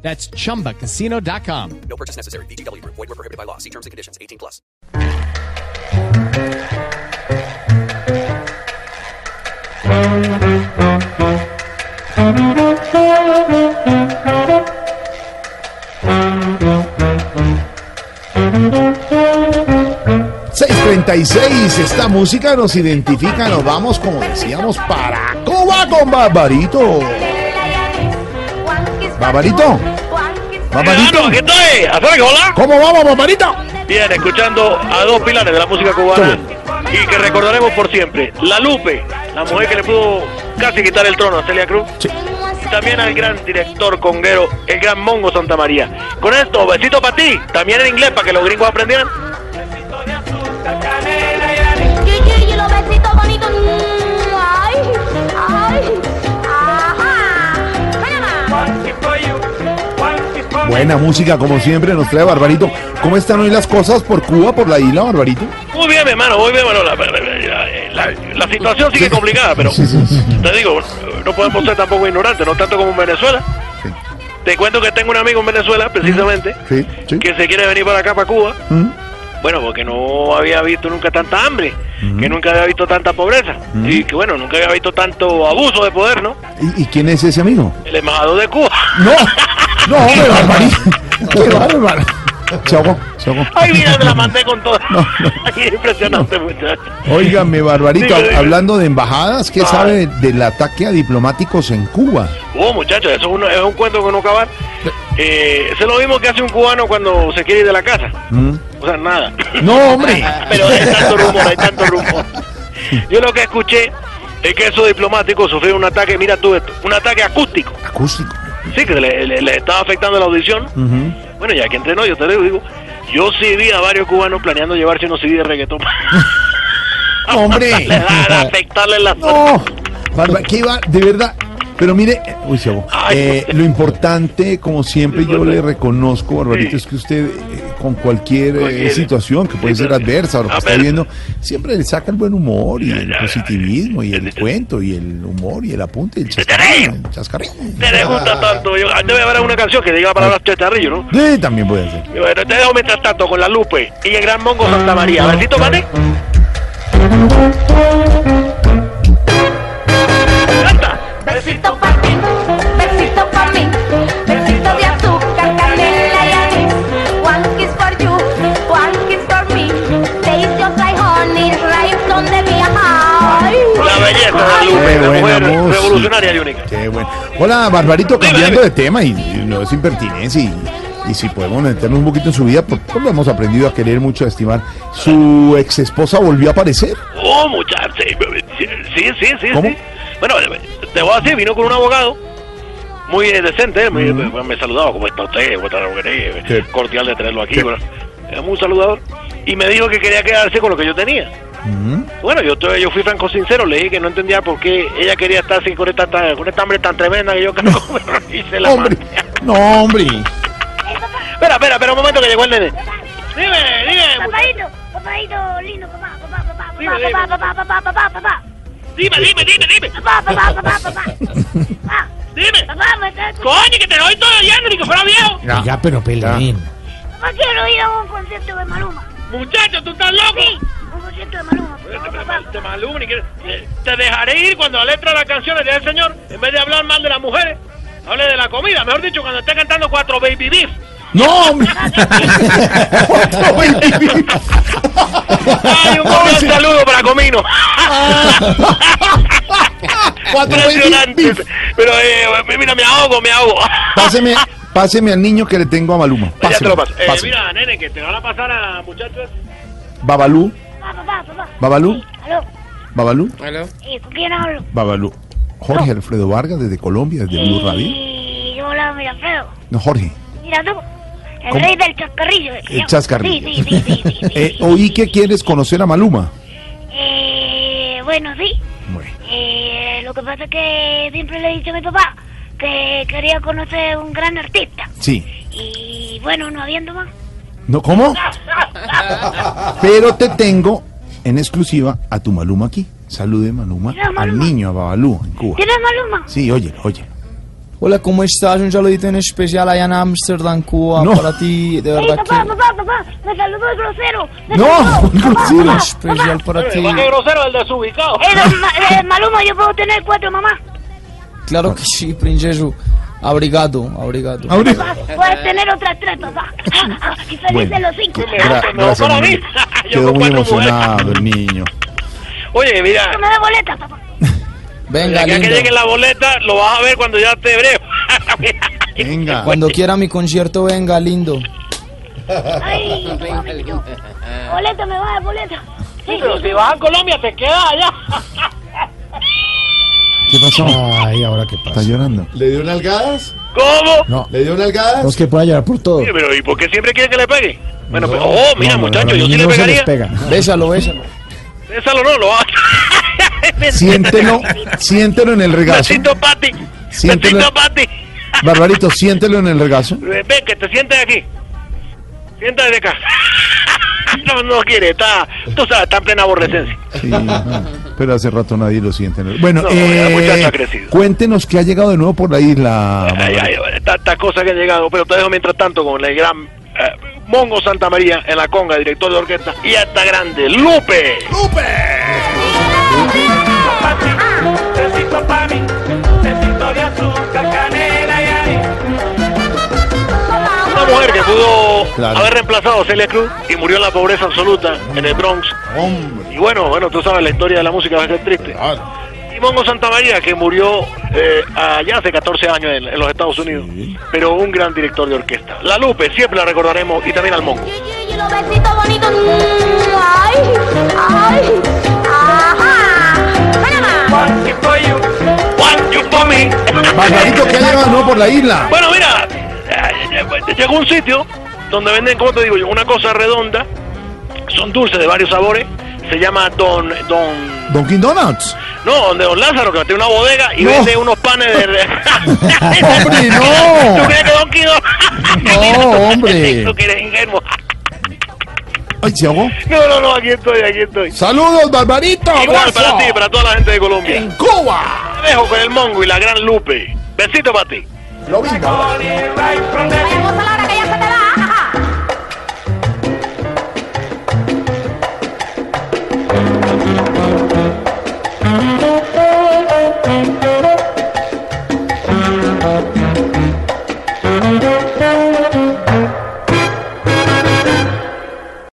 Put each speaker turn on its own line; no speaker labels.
That's chumbacasino.com.
No purchase necessary. BGW. Void were prohibited by law. See terms and conditions. 18 plus.
...636, esta música nos identifica, nos vamos, como decíamos, para Cuba con Barbarito.
Barbarito.
Barbarito,
Claro, aquí estoy. Azorik, hola.
¿cómo vamos, Barbarito?
Bien, escuchando a dos pilares de la música cubana y que recordaremos por siempre. La Lupe, la mujer que le pudo casi quitar el trono a Celia Cruz. Y También al gran director conguero, el gran Mongo Santa María. Con esto, besito para ti. También en inglés, para que los gringos aprendieran.
Y los besitos bonitos. mm, Ay, ay, ajá. Panamá.
Buena música, como siempre, nos trae Barbarito. ¿Cómo están hoy las cosas por Cuba, por la isla, Barbarito?
Muy bien, mi hermano, muy bien, bueno, la, la- la- la situación sigue complicada, pero te digo, no podemos ser tampoco ignorantes, no tanto como en Venezuela.
Sí.
Te cuento que tengo un amigo en Venezuela, precisamente,
Sí, sí.
que se quiere venir para acá, para Cuba,
Mm,
bueno, porque no había visto nunca tanta hambre,
¿Mm?
que nunca había visto tanta pobreza, y que bueno, nunca había visto tanto abuso de poder, ¿no?
¿Y, y quién es ese amigo?
El embajador de Cuba.
No, no, hombre, Barbarito. Qué bárbaro. Se ahogó, se ahogó.
Ay, mira, te la mandé con todo.
No, no.
Ay, impresionante, muchacho.
Óigame, Barbarito,
Dime, dime.
hablando de embajadas, ¿qué sabe del ataque a diplomáticos en Cuba?
Oh, muchachos, eso es un, es un cuento que no acabar. Eh, eso es lo mismo que hace un cubano cuando se quiere ir de la casa.
Mm.
O sea, nada.
No, hombre.
Pero hay tanto rumor, hay tanto rumor. Yo lo que escuché es que esos diplomáticos sufrieron un ataque, mira tú esto, un ataque acústico.
Acústico.
Sí, que le, le- le estaba afectando la audición.
Ujú.
Bueno, ya que entrenó, yo te lo digo. Yo sí vi a varios cubanos planeando llevarse unos CD de reggaetón.
Ah, Hombre.
Le da- da afectarle la
No, Barba, que iba, de verdad. Pero mire, eh, uy, se ahogó.
Ay.
Eh, lo importante, como siempre, yo le reconozco, Barbarito,
Sí.
es que usted, eh, con cualquier eh,
Cualquier-
situación que puede ser
situación.
adversa o lo que está
Adversa.
viviendo, siempre le saca el buen humor y el
ya, ya.
positivismo y el
Ya, ya.
cuento y el humor y el apunte y el
Chascarrillo.
chascarrillo. el chascarrillo.
Te le gusta tanto. Yo, ah, debe haber una canción que diga la palabra chatarrillo, ¿no?
Sí, también puede ser.
Bueno, te dejo mientras tanto con la Lupe y el gran Mongo Santa María. Besito, mate. Canta.
Besito pa' ti, besito pa' mí, besito de azúcar, canela y anís. One kiss for you, one kiss for me. Taste just like honey, right on the me. Ay.
La belleza de
Ay.
Lupe,
Qué
la
buena
mujer
música.
revolucionaria y única.
Qué bueno. Hola, Barbarito,
Dime,
cambiando
dime.
de tema y, y no es impertinencia y, y si podemos meternos un poquito en su vida, por, por lo hemos aprendido a querer mucho, a estimar. Su ex esposa volvió a aparecer.
Oh, muchacho. Sí, sí, sí.
¿Cómo?
sí. Bueno, te voy a decir, vino con un abogado muy eh, decente. Me, me- me saludaba, ¿cómo está usted? ¿Cómo está la mujer?
Mm.
Eh,
Sí.
Cordial de tenerlo aquí.
Sí.
bueno, Era muy saludador. Y me dijo que quería quedarse con lo que yo tenía.
Mm.
Bueno, yo, estoy- yo fui franco sincero, le dije que no entendía por qué ella quería estar así con esta, tan- con esta hambre tan tremenda que yo cargo. y se la
Hombre,
mandé.
no, hombre.
Espera, espera, espera, un momento que llegó el nene. Dime, dime, muchacho.
Papadito, papadito, lindo, papá, papá, papá,
Dime,
papá,
dime.
papá, papá, papá, papá, papá.
dime, dime, dime, dime,
Papá, papá, papá, papá. Ah, eh, Papá,
dime.
papá, me está escuchando.
Coño, que te doy todo yendo, ni que fuera viejo.
Ya, pero Pelín.
Papá, quiero ir a un concierto de Maluma.
Muchacho, tú estás loco. Este,
Sí, un concierto de Maluma. por favor, papá.
Te maluma, ni que- eh, Te dejaré ir cuando la letra de la canción le diga el señor, en vez de hablar mal de las mujeres, hable de la comida. Mejor dicho, cuando esté cantando cuatro baby beef.
No, hombre.
¡Ay, un cordial saludo para Comino!
Cuatro
Impresionante.
Ah, baby.
Pero, eh, mira, me ahogo, me ahogo.
Páseme, páseme al niño que le tengo a Maluma.
ya te
Páseme,
lo paso. Eh,
páseme.
mira, nene, que te van a pasar a este. muchachos.
Babalú,
Papá, papá, papá.
Babalú,
¿Aló?
Babalú,
Eh, ¿Con quién hablo?
Babalú. Jorge Alfredo Vargas desde Colombia, desde Blue Radio.
Y... Hola, mira, Alfredo.
No, Jorge.
Mira tú.
El
¿Cómo?
rey del chascarrillo. se
El
llama.
chascarrillo.
Sí, sí, sí. sí, sí, sí,
Eh,
sí,
oí
sí,
que
sí.
quieres conocer a Maluma.
Eh, bueno, sí.
Bueno.
Eh, lo que pasa es que siempre le he dicho a mi papá que quería conocer un gran artista.
Sí.
Y bueno, no habiendo más.
¿No, ¿Cómo? Pero te tengo en exclusiva a tu Maluma aquí. Salude Maluma
Mira, Maluma.
al niño, a Babalú, en Cuba.
¿Tienes Maluma?
Sí, óyelo, óyelo.
Hola, ¿cómo estás? Un saludito en especial allá en Ámsterdam, Cuba,
No.
para ti, de é
Ey,
verdad
papá, papá, papá, me saludó el grosero. Me
No,
saludó.
el
Papá,
grosero.
que... Un
papá,
especial para ti.
Igual que grosero el desubicado.
Eh, don Ma- eh, Maluma, yo puedo tener cuatro mamás.
Claro que sí, princeso. Abrigado, abrigado.
Abre.
Papá, puedes tener otras tres, papá. Ah, ah, Y feliz de
Bueno,
los cinco.
gra-
mejor para
gracias,
mí.
niño.
Yo
Quedó
con
muy
cuatro mujeres.
emocionado el niño.
Oye, mira,
Que me dé boleta, papá.
Venga,
ya que
lindo.
llegue la boleta, lo vas a ver cuando ya te breve.
Venga.
Cuando quiera mi concierto, venga, lindo.
Ay, mami, yo. Boleta, me va a dar boleta. Sí, sí, sí.
vas a Colombia, te quedas allá.
¿Qué pasó?
Ay, ahora qué
Está
pasa.
llorando.
¿Le dio nalgadas?
¿Cómo?
No,
¿Le dio nalgadas?
los que pueda llevar por todo.
Oye, pero ¿y por qué siempre quiere que le pegue? Bueno, pues, oh, mira,
No, no,
muchacho,
no,
yo sí
no
le
se les
pegaría.
pega.
Bésalo, bésalo.
Pésalo no, lo va a...
Siéntelo, siéntelo en el regazo.
Besito, Pati.
Siéntelo.
Besito, Pati.
Barbarito, siéntelo en el regazo.
Ve, que te sientes aquí. Siéntate acá. No, no quiere, está, tú sabes, está en plena aborrecencia.
Sí, ajá. pero hace rato nadie lo siente. en el- Bueno,
No,
eh,
la muchacha ha crecido.
cuéntenos qué ha llegado de nuevo por la isla.
Ay,
Barbarito.
ay, ay, tantas cosas que han llegado, pero te dejo mientras tanto con el gran eh, Mongo Santa María en la conga, director de orquesta, y hasta grande, Lupe.
Tecito pa' mí, tecito de azúcar, canela y anís.
Una mujer que pudo
Claro.
haber reemplazado a Celia Cruz y murió en la pobreza absoluta en el Bronx.
Hombre.
Y bueno, bueno, tú sabes, la historia de la música va a ser triste. Y Mongo Santa María, que murió eh, allá hace 14 años en, en los Estados Unidos, pero un gran director de orquesta. La Lupe, siempre la recordaremos, y también al Mongo.
Y los besitos bonitos. mm, Ay, ay, ajá. Panamá.
One kiss for you,
One, you for me.
Barbarito, ¿qué ha llegado de nuevo por la isla?
Bueno, mira, eh, eh, llegó un sitio donde venden, como te digo yo, una cosa redonda, son dulces de varios sabores, se llama Don... Don
Dunkin' Donuts.
no, donde Don Lázaro, que tiene una bodega y
No.
vende unos panes de...
¡Hombre, no!
¿Tú crees que Don Quijote?
No, hombre.
Tú que eres ingenuo.
Ay, se ahogó.
No, no, no, aquí estoy, aquí estoy.
Saludos, Barbarito.
Igual
abrazo.
para ti, para toda la gente de Colombia.
En Cuba.
Te dejo con el Mongo y la gran Lupe. Besito para ti.
Lo vi.
call it right from the
Vayamos a la hora que ya se te va. Ajá.